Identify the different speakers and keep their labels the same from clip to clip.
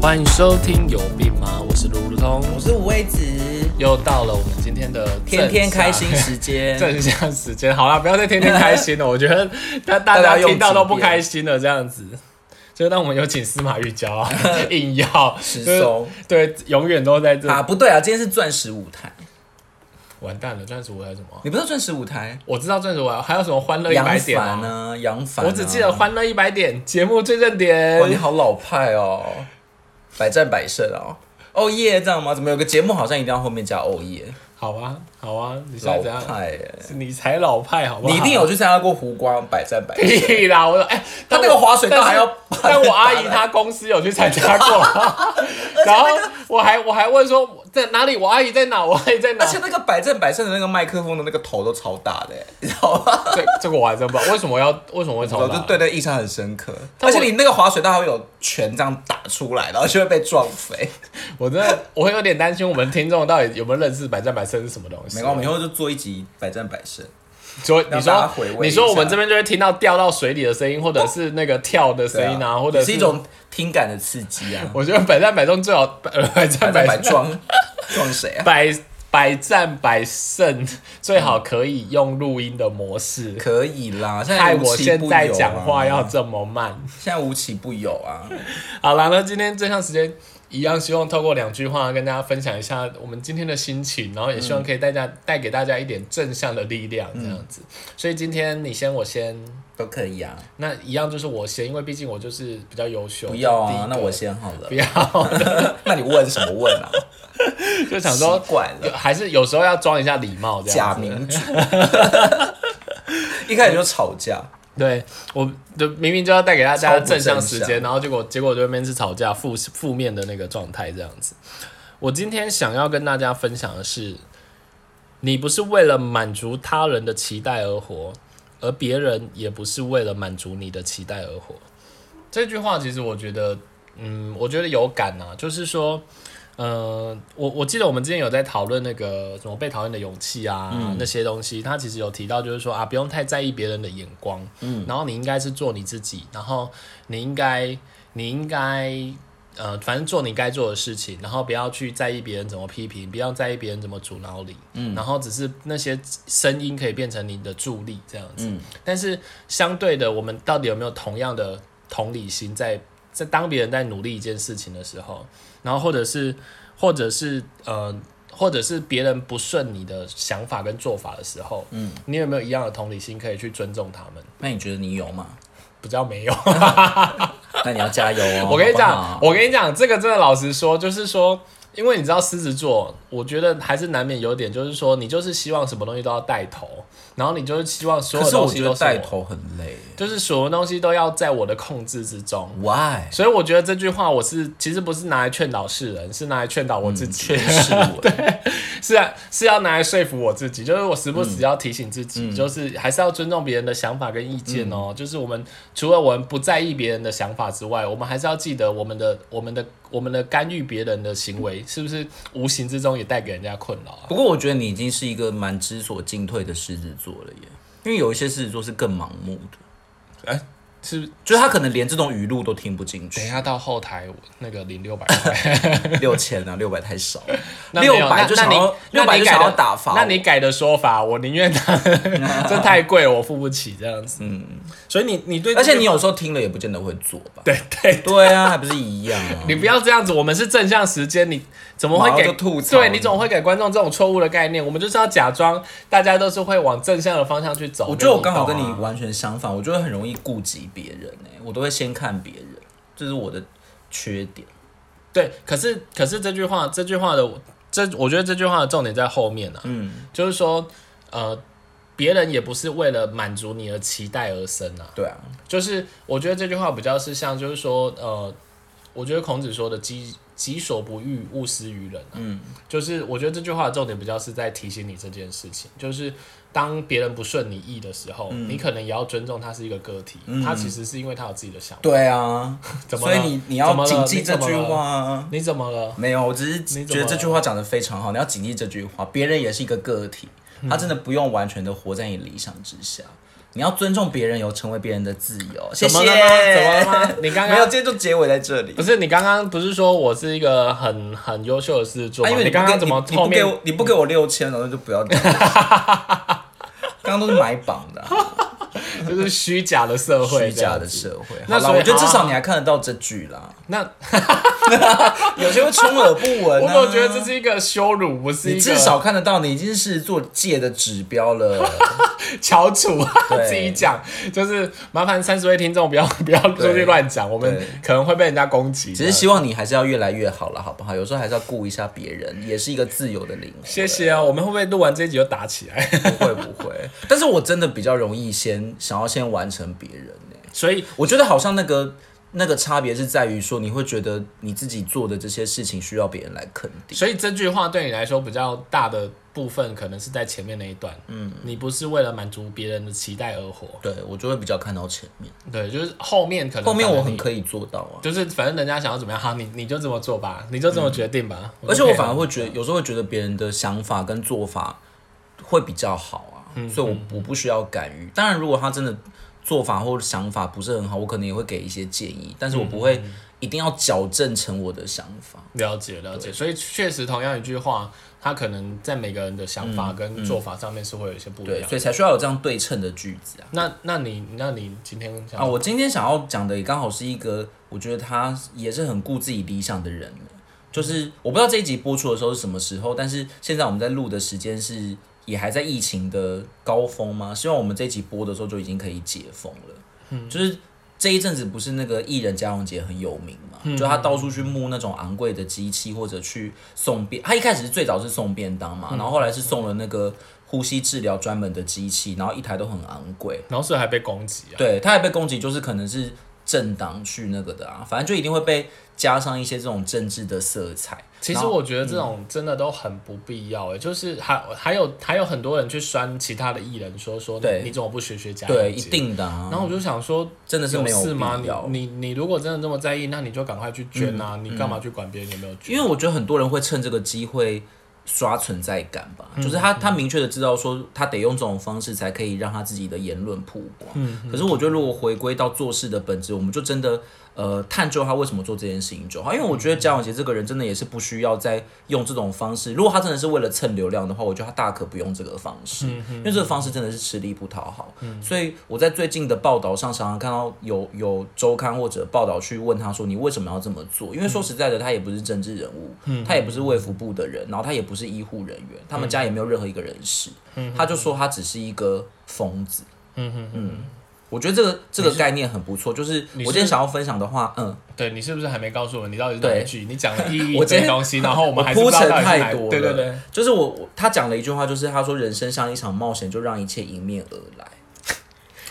Speaker 1: 欢迎收听有病吗？我是卢如通，
Speaker 2: 我是五味子，
Speaker 1: 又到了我们今天的
Speaker 2: 天天开心
Speaker 1: 时。
Speaker 2: 时间。
Speaker 1: 正向时间，好啦，不要再天天开心 了。我觉得大大家听到都不开心了，这样子。就让我们有请司马玉娇 啊，硬要
Speaker 2: 实
Speaker 1: 就是
Speaker 2: 收
Speaker 1: 对，永远都在这。
Speaker 2: 啊，不对啊，今天是钻石舞台，
Speaker 1: 完蛋了，钻石舞台什么？
Speaker 2: 你不知道钻石舞台？
Speaker 1: 我知道钻石舞台还有什么欢乐一
Speaker 2: 杨
Speaker 1: 百点
Speaker 2: 凡
Speaker 1: 啊？
Speaker 2: 呢？杨凡啊，
Speaker 1: 我只记得欢乐一百点节目最正点
Speaker 2: 哇，你。好老派哦，百战百胜哦。哦耶，这样吗？怎么有个节目好像一定要后面加哦耶？
Speaker 1: 好啊，好啊，你现
Speaker 2: 老
Speaker 1: 在怎样？
Speaker 2: 派耶！
Speaker 1: 你才老派好不好？
Speaker 2: 你一定有去参加过湖光百战 百胜？
Speaker 1: 屁啦！我哎，
Speaker 2: 他那个滑水道还要
Speaker 1: 但是但我阿姨她公司有去参加 过，然后我还我还问说在哪里？我阿姨在哪？我阿姨在哪
Speaker 2: 而？且那个百战百胜的那个麦克风的那个头都超大的耶，你知道吗？
Speaker 1: 这这个我还真不知道为什么要为什么会吵
Speaker 2: 我就
Speaker 1: 到。
Speaker 2: 对那个印象很深刻，
Speaker 1: 但
Speaker 2: 而
Speaker 1: 我
Speaker 2: 且你那个滑水道还会有拳这样打出来，然后就会被撞飞。
Speaker 1: 我真的我会有点担心我们听众到底有没有认识百战百胜是什么东西。
Speaker 2: 没关系，我们以后就做一集百战百胜。
Speaker 1: 所以你
Speaker 2: 让大家
Speaker 1: 说
Speaker 2: 回味
Speaker 1: 你
Speaker 2: 一
Speaker 1: 说
Speaker 2: 下
Speaker 1: 我们这边就会听到掉到水里的声音，或者是那个跳的声音啊，或者
Speaker 2: 也是一。种听感的刺激啊。
Speaker 1: 我觉得百战百胜最好百呃百战
Speaker 2: 百战
Speaker 1: 百胜
Speaker 2: 百撞撞谁啊？
Speaker 1: 百百战百胜最好可以用录音的模式。
Speaker 2: 可以啦，现
Speaker 1: 害
Speaker 2: 嗯在无
Speaker 1: 我
Speaker 2: 奇
Speaker 1: 现
Speaker 2: 不有啊
Speaker 1: 在讲话要这么慢。
Speaker 2: 现在无奇不有啊。
Speaker 1: 好啦，那今天这项时间一样，希望透过两句话跟大家分享一下我们今天的心情，然后也希望可以带家带给大家一点正向的力量，
Speaker 2: 嗯
Speaker 1: 这样子。所以今天你先，我先，
Speaker 2: 都可以 啊，
Speaker 1: 那一样就是我先，因为毕竟我就是比较优秀。
Speaker 2: 不要
Speaker 1: 这是第
Speaker 2: 啊
Speaker 1: 一，个
Speaker 2: 那我先好了
Speaker 1: 不。要，
Speaker 2: 那你问什么问啊？
Speaker 1: 就 想说
Speaker 2: 奇怪了，
Speaker 1: 还是有时候要装一下礼貌这样
Speaker 2: 假
Speaker 1: 子。
Speaker 2: 民主，一开始就吵架，
Speaker 1: 对，我就明明就要带给大家
Speaker 2: 超不
Speaker 1: 正向
Speaker 2: 正
Speaker 1: 时
Speaker 2: 向
Speaker 1: 间，然后结果结果对面是吵架负负面的那个状态这样子。我今天想要跟大家分享的是，你不是为了满足他人的期待而活，而别人也不是为了满足你的期待而活。这句话其实我觉得，嗯，我觉得有感啊，就是说。呃，我我记得我们之前有在讨论那个什么被讨厌的勇气啊、
Speaker 2: 嗯
Speaker 1: 那些东西，他其实有提到，就是说啊，不用太在意别人的眼光，嗯，然后你应该是做你自己，然后你应该你应该呃，反正做你该做的事情，然后不要去在意别人怎么批评，不要在意别人怎么阻挠你，嗯，然后只是那些声音可以变成你的助力这样子，但是相对的，我们到底有没有同样的同理心在在当别人在努力一件事情的时候，然后或者是或者是呃，或者是别人不顺你的想法跟做法的时候，嗯，你有没有一样的同理心可以去尊重他们？
Speaker 2: 那你觉得你有吗？
Speaker 1: 比较没有。
Speaker 2: 那你要加油哦。
Speaker 1: 我跟你
Speaker 2: 好不
Speaker 1: 讲
Speaker 2: 好，
Speaker 1: 我跟你讲，这个真的老实说，就是说，因为你知道狮子座，我觉得还是难免有点，就是说，你就是希望什么东西都要带头，然后你就是希望所
Speaker 2: 可
Speaker 1: 有
Speaker 2: 是
Speaker 1: 东
Speaker 2: 我
Speaker 1: 西
Speaker 2: 觉
Speaker 1: 都
Speaker 2: 得
Speaker 1: 是我
Speaker 2: 带，头很累。
Speaker 1: 就是所有东西都要在我的控制之中。
Speaker 2: Why？
Speaker 1: 所以我觉得这句话我是其实不是拿来劝导世人，是拿来劝导我自己。
Speaker 2: 是我的
Speaker 1: 是啊，是要拿来说服我自己，就是我时不时要提醒自己，就是还是要尊重别人的想法跟意见哦。就是我们除了我们不在意别人的想法之外，我们还是要记得我们的、我们的、我们的干预别人的行为，是不是无形之中也带给人家困扰啊？
Speaker 2: 不过我觉得你已经是一个蛮知所进退的狮子座了耶，因为有一些狮子座是更盲目的，
Speaker 1: 哎，是不是
Speaker 2: 就是他可能连这种语录都听不进
Speaker 1: 等一
Speaker 2: 去。
Speaker 1: 下到后台那个领六百块，
Speaker 2: 六千啊，六百太 少，
Speaker 1: 那没有
Speaker 2: 600就
Speaker 1: 那
Speaker 2: 想要
Speaker 1: 那你那
Speaker 2: 600
Speaker 1: 你
Speaker 2: 就
Speaker 1: 改
Speaker 2: 想要
Speaker 1: 的
Speaker 2: 打发
Speaker 1: 那
Speaker 2: 我
Speaker 1: 你改的说法，我宁愿 拿，这太贵了，我付不起这样子。嗯，所以你你对这
Speaker 2: 而且
Speaker 1: 句
Speaker 2: 你
Speaker 1: 话
Speaker 2: 有时候听了也不见得会做吧？
Speaker 1: 对对
Speaker 2: 对啊，还不是一样 啊？
Speaker 1: 你不要这样子，我们是正向时间，你怎么会
Speaker 2: 然
Speaker 1: 给
Speaker 2: 后就吐槽
Speaker 1: 对
Speaker 2: 你
Speaker 1: 你怎么会给观众这种错误的概念？我们就是要假装大家都是会往正向的方向去走。
Speaker 2: 我觉得我刚好跟
Speaker 1: 你啊
Speaker 2: 你
Speaker 1: 懂吗
Speaker 2: 完全相反，我就会很容易顾及别人哎、我都会先看别人，这是我的缺点。
Speaker 1: 对，可是可是这句话这句话的这，我觉得这句话的重点在后面呢、啊，
Speaker 2: 嗯，
Speaker 1: 就是说呃，别人也不是为了满足你的期待而生啊，
Speaker 2: 对啊，
Speaker 1: 就是我觉得这句话比较是像，就是说，呃，我觉得孔子说的“己己所不欲，勿施于人、嗯，就是我觉得这句话的重点比较是在提醒你这件事情，就是当别人不顺你意的时候，
Speaker 2: 嗯
Speaker 1: 你可能也要尊重他是一个个体，他其实是因为他有自己的想法。
Speaker 2: 对啊，
Speaker 1: 怎么
Speaker 2: 嗯所
Speaker 1: 了
Speaker 2: 以你你
Speaker 1: 怎
Speaker 2: 要
Speaker 1: 么了
Speaker 2: 谨记
Speaker 1: 你
Speaker 2: 这
Speaker 1: 怎么
Speaker 2: 句
Speaker 1: 了
Speaker 2: 话啊。
Speaker 1: 你怎么了？
Speaker 2: 没有，我只是
Speaker 1: 怎
Speaker 2: 觉
Speaker 1: 么
Speaker 2: 得这句话讲得非常好，你要
Speaker 1: 嗯
Speaker 2: 谨记这句话。别人也是一个个体，他真的不用完全的活在你理想之下，你要尊重别人，有成为别人的自由。谢
Speaker 1: 怎
Speaker 2: 谢。
Speaker 1: 么了吗？怎么了 吗？你刚
Speaker 2: 没有，
Speaker 1: 刚
Speaker 2: 今天就结尾在这里
Speaker 1: 不。是你刚刚不是说我是一个很很优秀的狮子座吗？
Speaker 2: 啊，因为
Speaker 1: 你
Speaker 2: 不给
Speaker 1: 刚刚怎么
Speaker 2: 你你
Speaker 1: 后
Speaker 2: 不给
Speaker 1: 面
Speaker 2: 我你不给我六千，然后就不要讲了。刚刚都是买榜的啊、
Speaker 1: 就是虚假的社 会，
Speaker 2: 虚假的。社会。
Speaker 1: 那
Speaker 2: 好啦
Speaker 1: 所以
Speaker 2: 我觉得至
Speaker 1: 好啊
Speaker 2: 少你还看得到这句啦，
Speaker 1: 那
Speaker 2: 有些会充耳不闻、
Speaker 1: 我
Speaker 2: 啊。
Speaker 1: 总觉得这是一个羞辱，不是一
Speaker 2: 你
Speaker 1: 个
Speaker 2: 至少看得到，你已经是做界的指标了。
Speaker 1: 翘楚。啊
Speaker 2: 对
Speaker 1: 自己讲，就是麻烦三十位听众不要 不要出去乱讲，我们
Speaker 2: 对
Speaker 1: 可能会被人家攻击的。
Speaker 2: 只是希望你还是要越来越好了，好不好？有时候还是要顾一下别人，也是一个自由的灵魂。
Speaker 1: 谢谢啊，我们会不会录完这一集就打起来？
Speaker 2: 不会不会，但是我真的比较容易先想要先完成别人呢、
Speaker 1: 所以
Speaker 2: 我觉得好像那个那个差别是在于说，你会觉得你自己做的这些事情需要别人来肯定。
Speaker 1: 所以这句话对你来说比较大的部分，可能是在前面那一段。嗯，你不是为了满足别人的期待而活，
Speaker 2: 对我就会比较看到前面，
Speaker 1: 对，就是后面可能
Speaker 2: 后面我
Speaker 1: 反而
Speaker 2: 很
Speaker 1: 你
Speaker 2: 可以做到啊。
Speaker 1: 就是反正人家想要怎么样，好，你你就这么做吧，你就这么决定吧。
Speaker 2: 嗯而且
Speaker 1: 就
Speaker 2: 我
Speaker 1: 配合
Speaker 2: 反而会觉得，有时候会觉得别人的想法跟做法会比较好啊，所以我我不需要敢于。当然，如果他真的做法或想法不是很好，我可能也会给一些建议，但是我不会一定要矫正成我的想法。
Speaker 1: 了解了解，所以确实同样一句话，他可能在每个人的想
Speaker 2: 嗯
Speaker 1: 法跟做法上面是会有一些不一
Speaker 2: 对，
Speaker 1: 样。
Speaker 2: 所以才需要有这样对称的句子啊。
Speaker 1: 那那你那你今天想
Speaker 2: 啊，我今天想要讲的也刚好是一个，我觉得他也是很顾自己理想的人呢。就是我不知道这一集播出的时候是什么时候，但是现在我们在录的时间是也还在疫情的高峰吗？希望我们这一集播的时候就已经可以解封了。嗯，就是这一阵子不是那个艺人嘉荣姐很有名嘛，就他到处去募那种昂贵的机器，或者去送便。他一开始是最早是送便当嘛，然后后来是送了那个呼吸治疗专门的机器，然后一台都很昂贵。
Speaker 1: 然后是不是还被攻击啊？
Speaker 2: 对，他还被攻击，就是可能是政党去那个的啊，反正就一定会被加上一些这种政治的色彩。
Speaker 1: 其
Speaker 2: 然
Speaker 1: 实
Speaker 2: 后嗯
Speaker 1: 我觉得这种真的都很不必要诶、欸就是还还有还有很多人去酸其他的艺人说说
Speaker 2: 对
Speaker 1: 你你怎么不学学家
Speaker 2: 对
Speaker 1: 人
Speaker 2: 一
Speaker 1: 节
Speaker 2: 定的啊，
Speaker 1: 然后我就想说，
Speaker 2: 真的是
Speaker 1: 有
Speaker 2: 没有
Speaker 1: 事吗？
Speaker 2: 必要嗯
Speaker 1: 你你你如果真的这么在意，那你就赶快去捐啊！你干嘛去管别人有没有捐？
Speaker 2: 因为我觉得很多人会趁这个机会刷存在感吧，
Speaker 1: 嗯
Speaker 2: 就是他他明确的知道说他得用这种方式才可以让他自己的言论曝光。
Speaker 1: 嗯
Speaker 2: 可是我觉得如果回归到做事的本质，我们就真的呃探究他为什么做这件事情就好。因为我
Speaker 1: 嗯
Speaker 2: 觉得江永杰这个人真的也是不需要再用这种方式，如果他真的是为了蹭流量的话，我觉得他大可不用这个方式，
Speaker 1: 嗯
Speaker 2: 因为这个方式真的是吃力不讨好。所以我在最近的报道上，常常看到有有周刊或者报道去问他说：“你为什么要这么做？”因为
Speaker 1: 嗯
Speaker 2: 说实在的，他也不是政治人物，他也不是卫福部的人，然后他也不是医护人员，
Speaker 1: 嗯
Speaker 2: 他们家也没有任何一个人士，他就说他只是一个疯子。
Speaker 1: 嗯哼哼，
Speaker 2: 我觉得这个这个概念很不错，就是我
Speaker 1: 你是
Speaker 2: 今天想要分享的话，嗯，
Speaker 1: 对你是不是还没告诉我你到底是哪
Speaker 2: 对
Speaker 1: 一句？你讲了一
Speaker 2: 我
Speaker 1: 一
Speaker 2: 今
Speaker 1: 堆
Speaker 2: 天
Speaker 1: 东西，然后我们还是
Speaker 2: 铺
Speaker 1: 不知道
Speaker 2: 陈
Speaker 1: 到底是
Speaker 2: 太
Speaker 1: 哪
Speaker 2: 多了，
Speaker 1: 对对对，，
Speaker 2: 就是我我他讲了一句话，就是他说人生像一场冒险，就让一切迎面而来。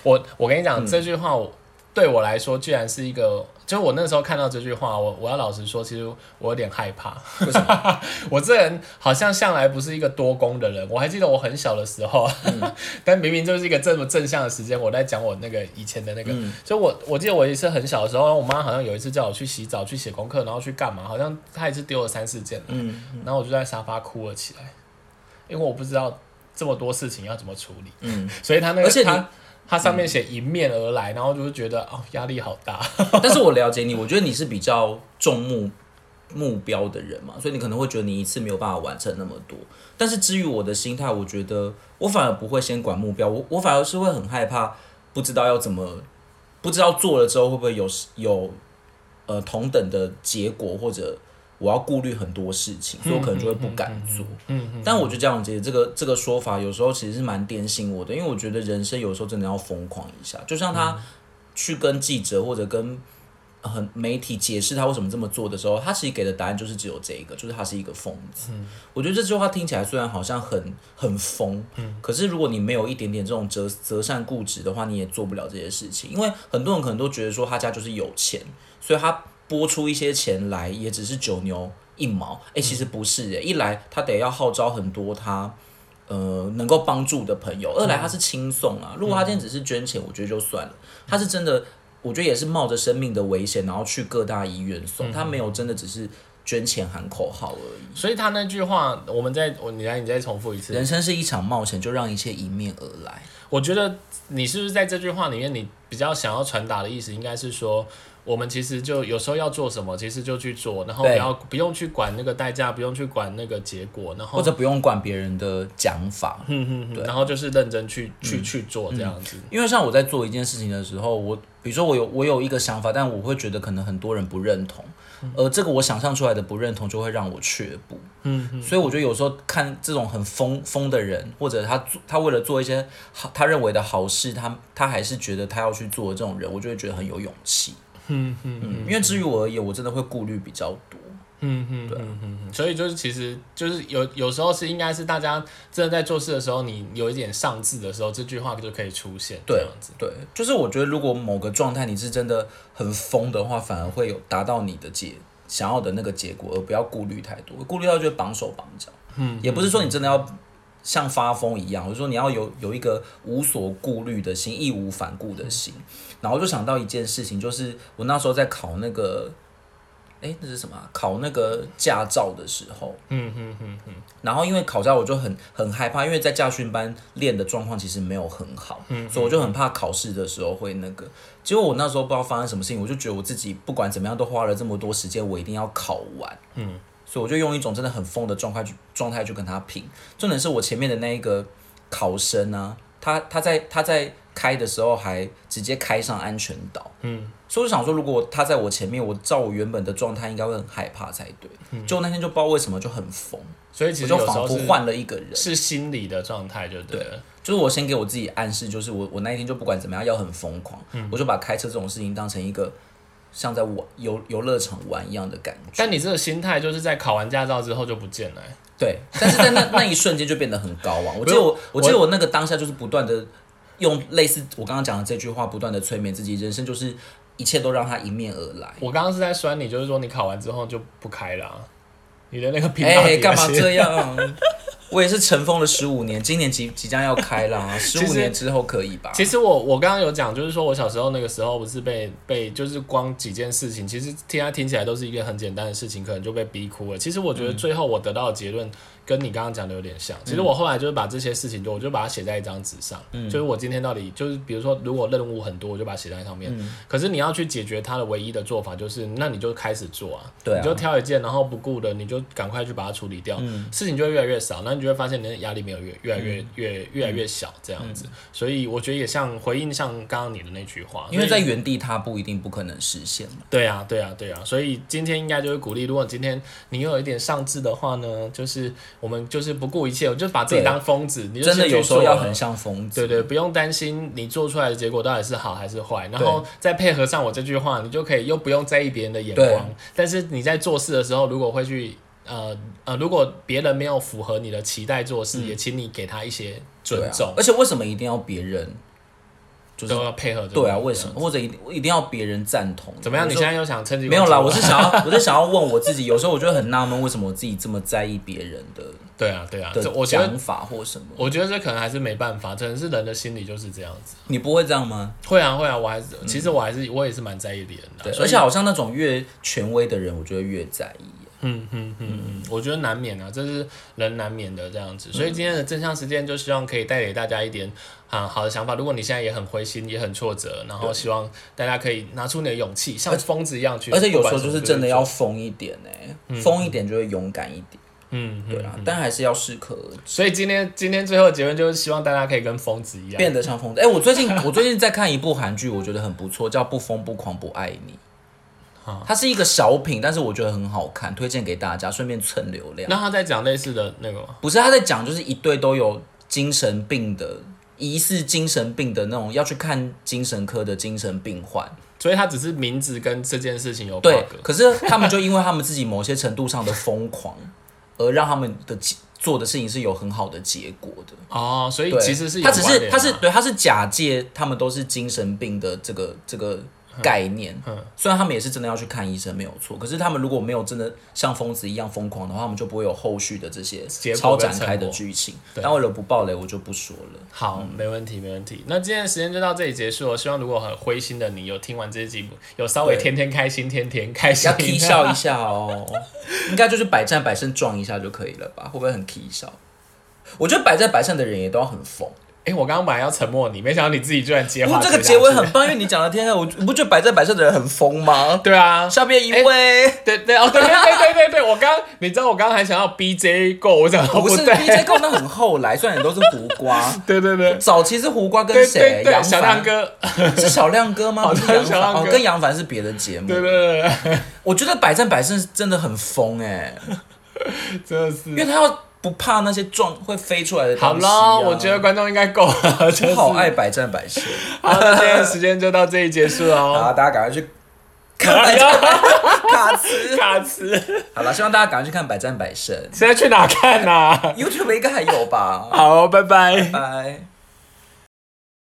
Speaker 1: 我我跟你讲、这句话我，对我来说居然是一个，就我那时候看到这句话，我我要老实说，其实我有点害怕。 我这人好像向来不是一个多功的人。我还记得我很小的时候，
Speaker 2: 嗯
Speaker 1: 但明明就是一个这么正向的时间，我在讲我那个以前的那个，
Speaker 2: 嗯
Speaker 1: 就我我记得我也是很小的时候，我妈好像有一次叫我去洗澡、去写功课，然后去干嘛，好像她也是丢了三四件，
Speaker 2: 嗯，
Speaker 1: 然后我就在沙发哭了起来，因为我不知道这么多事情要怎么处理，
Speaker 2: 嗯，
Speaker 1: 所以她那个
Speaker 2: 而且你嗯
Speaker 1: 她她上面写迎面而来，然后就是觉得哦压力好大，
Speaker 2: 但是我了解你，我觉得你是比较重目目标的人嘛，所以你可能会觉得你一次没有办法完成那么多。但是至于我的心态，我觉得我反而不会先管目标，我我反而是会很害怕，不知道要怎么，不知道做了之后会不会有有呃同等的结果，或者我要顾虑很多事情，所以我可能就会不敢做。
Speaker 1: 嗯
Speaker 2: 但我觉得这样姐这个这个说法有时候其实是蛮点醒我的，因为我觉得人生有时候真的要疯狂一下，就像他去跟记者或者跟很媒体解释他为什么这么做的时候，他其实给的答案就是只有这一个，就是他是一个疯子。我觉得这句话听起来虽然好像很很疯，可是如果你没有一点点这种择择善固执的话，你也做不了这些事情。因为很多人可能都觉得说他家就是有钱，所以他拨出一些钱来，也只是九牛一毛。哎、其实不是耶，一来他得要号召很多他。呃，能够帮助的朋友。二来他是轻松啊，如果他今天只是捐钱，我觉得就算了。他是真的，我觉得也是冒着生命的危险，然后去各大医院送。他没有真的只是捐钱喊口号而已。
Speaker 1: 所以他那句话，我们再我你来你再重复一次。
Speaker 2: 人生是一场冒险，就让一切迎面而来。
Speaker 1: 我觉得你是不是在这句话里面，你比较想要传达的意思，应该是说，我们其实就有时候要做什么，其实就去做，然后不
Speaker 2: 对
Speaker 1: 要不用去管那个代价，不用去管那个结果，然后
Speaker 2: 或者不用管别人的讲法，
Speaker 1: 嗯嗯，然后就是认真去去去做这样子。
Speaker 2: 因为像我在做一件事情的时候，我比如说我有我有一个想法，但我会觉得可能很多人不认同，而这个我想象出来的不认同就会让我却步。
Speaker 1: 嗯
Speaker 2: 所以我觉得有时候看这种很疯疯的人，或者他做他为了做一些好他认为的好事，他他还是觉得他要去做的这种人，我就会觉得很有勇气。
Speaker 1: 嗯嗯
Speaker 2: 嗯，因为至于我而言，我真的会顾虑比较多。
Speaker 1: 嗯嗯嗯嗯，所以就是其实就是有有时候是应该是大家真的在做事的时候，你有一点上智的时候，这句话就可以出现这
Speaker 2: 对
Speaker 1: 样子。
Speaker 2: 对，就是我觉得如果某个状态你是真的很疯的话，反而会有达到你的结想要的那个结果，而不要顾虑太多，顾虑到就会绑手绑脚。嗯，也不是说你真的要像发疯一样，我是说你要有有一个无所顾虑的心，义无反顾的心。然后我就想到一件事情，就是我那时候在考那个。哎，那是什么啊、考那个驾照的时候，
Speaker 1: 嗯嗯嗯
Speaker 2: 然后因为考驾我就很很害怕，因为在驾训班练的状况其实没有很好，
Speaker 1: 嗯
Speaker 2: 所以我就很怕考试的时候会那个。结果我那时候不知道发生什么事情，我就觉得我自己不管怎么样都花了这么多时间，我一定要考完。
Speaker 1: 嗯，
Speaker 2: 所以我就用一种真的很疯的状态去状态去跟他拼。重点是我前面的那一个考生啊，他他在他在开的时候还直接开上安全岛，
Speaker 1: 嗯，
Speaker 2: 所以我就想说，如果他在我前面，我照我原本的状态应该会很害怕才对。
Speaker 1: 嗯
Speaker 2: 就那天就不知道为什么就很疯。
Speaker 1: 所以其
Speaker 2: 我
Speaker 1: 实有
Speaker 2: 就
Speaker 1: 时
Speaker 2: 仿
Speaker 1: 候
Speaker 2: 佛
Speaker 1: 是
Speaker 2: 换了一个人。
Speaker 1: 是心理的状态就对了。
Speaker 2: 就是我先给我自己暗示，就是我我那一天就不管怎么样要很疯狂，
Speaker 1: 嗯
Speaker 2: 我就把开车这种事情当成一个像在玩游游乐场玩一样的感觉。
Speaker 1: 但你这个心态就是在考完驾照之后就不见了欸、
Speaker 2: 对，但是在那 那一瞬间就变得很高昂。我记得我我记得我那个当下就是不断的用类似我刚刚讲的这句话，不断的催眠自己，人生就是一切都让它迎面而 来。
Speaker 1: 我刚刚是在酸你，就是说你考完之后就不开了啊、你的那个频道
Speaker 2: 哎，
Speaker 1: 底
Speaker 2: 干
Speaker 1: 下
Speaker 2: 嘛
Speaker 1: 是
Speaker 2: 这样？我也是尘封了十五年，今年即即将要开啦，十
Speaker 1: 其
Speaker 2: 五
Speaker 1: 实
Speaker 2: 年之后可以吧？
Speaker 1: 其实我我刚刚有讲，就是说我小时候那个时候不是被被就是光几件事情，其实听他听起来都是一个很简单的事情，可能就被逼哭了。其实我觉得
Speaker 2: 嗯
Speaker 1: 最后我得到的结论跟你刚刚讲的有点像。其实我后来就是把这些事情，就我就把它写在一张纸上，
Speaker 2: 嗯
Speaker 1: 就是我今天到底就是比如说如果任务很多，我就把它写在上面。
Speaker 2: 嗯
Speaker 1: 可是你要去解决它的唯一的做法就是，那你就开始做啊，
Speaker 2: 对啊
Speaker 1: 你就挑一件，然后不顾的你就赶快去把它处理掉，
Speaker 2: 嗯
Speaker 1: 事情就会越来越少，那你就会发现你的压力没有越越来越越越来越小这样子。
Speaker 2: 嗯
Speaker 1: 所以我觉得也像回应像刚刚你的那句话，
Speaker 2: 因为
Speaker 1: 所
Speaker 2: 在
Speaker 1: 以
Speaker 2: 原地踏步一定不可能实现嘛。
Speaker 1: 对啊对啊对啊，所以今天应该就是鼓励，如果今天你有一点上智的话呢，就是我们就是不顾一切，我就把自己
Speaker 2: 对
Speaker 1: 当疯子，你就
Speaker 2: 真的
Speaker 1: 先去
Speaker 2: 有时候
Speaker 1: 做啊
Speaker 2: 要
Speaker 1: 了
Speaker 2: 很像疯子。
Speaker 1: 对对，不用担心你做出来的结果到底是好还是坏，然后再配合上我这句话，你就可以又不用在意别人的眼光
Speaker 2: 对。
Speaker 1: 但是你在做事的时候，如果会去呃呃，如果别人没有符合你的期待做事，也请你给他一些尊
Speaker 2: 嗯对啊
Speaker 1: 重，
Speaker 2: 而且为什么一定要别人？就是
Speaker 1: 都要配合着。
Speaker 2: 对啊，为什么？或者一定一定要别人赞同？
Speaker 1: 怎么样？
Speaker 2: 有
Speaker 1: 你
Speaker 2: 时
Speaker 1: 现
Speaker 2: 候
Speaker 1: 在又想趁机
Speaker 2: 没有啦，
Speaker 1: 帮助
Speaker 2: 我是想 要，我是想要问我自己，有时候我就会很纳闷，为什么我自己这么在意别人的
Speaker 1: 对啊对啊，这
Speaker 2: 的
Speaker 1: 我觉得
Speaker 2: 想法或什么？
Speaker 1: 我觉得这可能还是没办法，可能是人的心理就是这样子。
Speaker 2: 你不会这样吗？
Speaker 1: 会啊会啊，我还是其实我还是我也是蛮在意别人的
Speaker 2: 对，
Speaker 1: 啊，所
Speaker 2: 而
Speaker 1: 以
Speaker 2: 且好像那种越权威的人，我就会越在意。
Speaker 1: 嗯嗯嗯嗯，我觉得难免啊，这是人难免的这样子。
Speaker 2: 嗯
Speaker 1: 所以今天的正向实践，就希望可以带给大家一点啊好的想法。如果你现在也很灰心，也很挫折，然后希望大家可以拿出你的勇气，像疯子一样去。
Speaker 2: 而且有时候
Speaker 1: 不管什
Speaker 2: 就
Speaker 1: 么
Speaker 2: 是真的要疯一点呢，疯一点就会勇敢一点，
Speaker 1: 嗯，
Speaker 2: 对啊，但还是要适可而止。
Speaker 1: 所以今天今天最后的结论就是希望大家可以跟疯子一样。
Speaker 2: 变得像疯子。哎、我最近 我最近在看一部韩剧，我觉得很不错，叫《不疯不狂不爱你》。它是一个小品，但是我觉得很好看，推荐给大家，顺便蹭流量。
Speaker 1: 那他在讲类似的那个吗？
Speaker 2: 不是他在讲，就是一对都有精神病的，疑似精神病的那种要去看精神科的精神病患。
Speaker 1: 所以他只是名字跟这件事情有挂
Speaker 2: 对
Speaker 1: 钩，。
Speaker 2: 可是他们就因为他们自己某些程度上的疯狂，而让他们的做的事情是有很好的结果的。
Speaker 1: 哦，所以
Speaker 2: 对，
Speaker 1: 其实是有
Speaker 2: 他只
Speaker 1: 关联
Speaker 2: 是
Speaker 1: 啊
Speaker 2: 他是对他是假借他们都是精神病的这个这个
Speaker 1: 嗯
Speaker 2: 概念。虽然他们也是真的要去看医生没有错，可是他们如果没有真的像疯子一样疯狂的话，他们就不会有后续的这些
Speaker 1: 结
Speaker 2: 超
Speaker 1: 果跟
Speaker 2: 展开
Speaker 1: 成
Speaker 2: 的
Speaker 1: 果
Speaker 2: 剧情。但为了不暴雷，我就不说 了。
Speaker 1: 好，没问题，没问题。那今天的时间就到这里结束哦了。希望如果很灰心的你有听完这一集，有稍微
Speaker 2: 对
Speaker 1: 天天开心，天天开心
Speaker 2: 要，啊啼笑一下哦，应该就是百战百胜撞一下就可以了吧？会不会很啼笑？我觉得百战百胜的人也都要很疯。
Speaker 1: 哎、我刚刚本来要沉默你，没想到你自己居然接话
Speaker 2: 不，
Speaker 1: 接
Speaker 2: 这
Speaker 1: 下去。
Speaker 2: 个结尾很棒，因为你讲了天黑，我你不觉得百战百胜的人很疯吗？
Speaker 1: 对啊，
Speaker 2: 下面一位、
Speaker 1: 对对哦，对对对对对对，我刚你知道我刚刚还想要 B J 过，我想到
Speaker 2: 不是
Speaker 1: 哦对，
Speaker 2: BJ 跟我那很后来，虽然也都是胡瓜，
Speaker 1: 对对对
Speaker 2: 早期是胡瓜跟
Speaker 1: 对
Speaker 2: 谁
Speaker 1: 对？对，
Speaker 2: 杨
Speaker 1: 小亮
Speaker 2: 凡
Speaker 1: 哥，
Speaker 2: 是小亮哥吗？
Speaker 1: 好
Speaker 2: 不
Speaker 1: 像
Speaker 2: 是杨
Speaker 1: 是小亮
Speaker 2: 凡哦
Speaker 1: 哥，
Speaker 2: 跟杨凡是别的节目。
Speaker 1: 对对对对，
Speaker 2: 我觉得百战百胜真的很疯哎、
Speaker 1: 真的
Speaker 2: 因为
Speaker 1: 是。
Speaker 2: 他要不怕那些撞会飞出来的
Speaker 1: 好
Speaker 2: 东西、啊。
Speaker 1: 了，我觉得观众应该够了，真是
Speaker 2: 我好爱百战百胜。
Speaker 1: 好，那今天的时间就到这里结束了
Speaker 2: 好，
Speaker 1: 哦。
Speaker 2: 大家赶快去看百战百胜卡 词。
Speaker 1: 卡词，
Speaker 2: 好了，希望大家赶快去看百战百胜
Speaker 1: 现在去哪看呐、啊
Speaker 2: ，YouTube 应该还有吧？
Speaker 1: 好，拜拜
Speaker 2: 拜。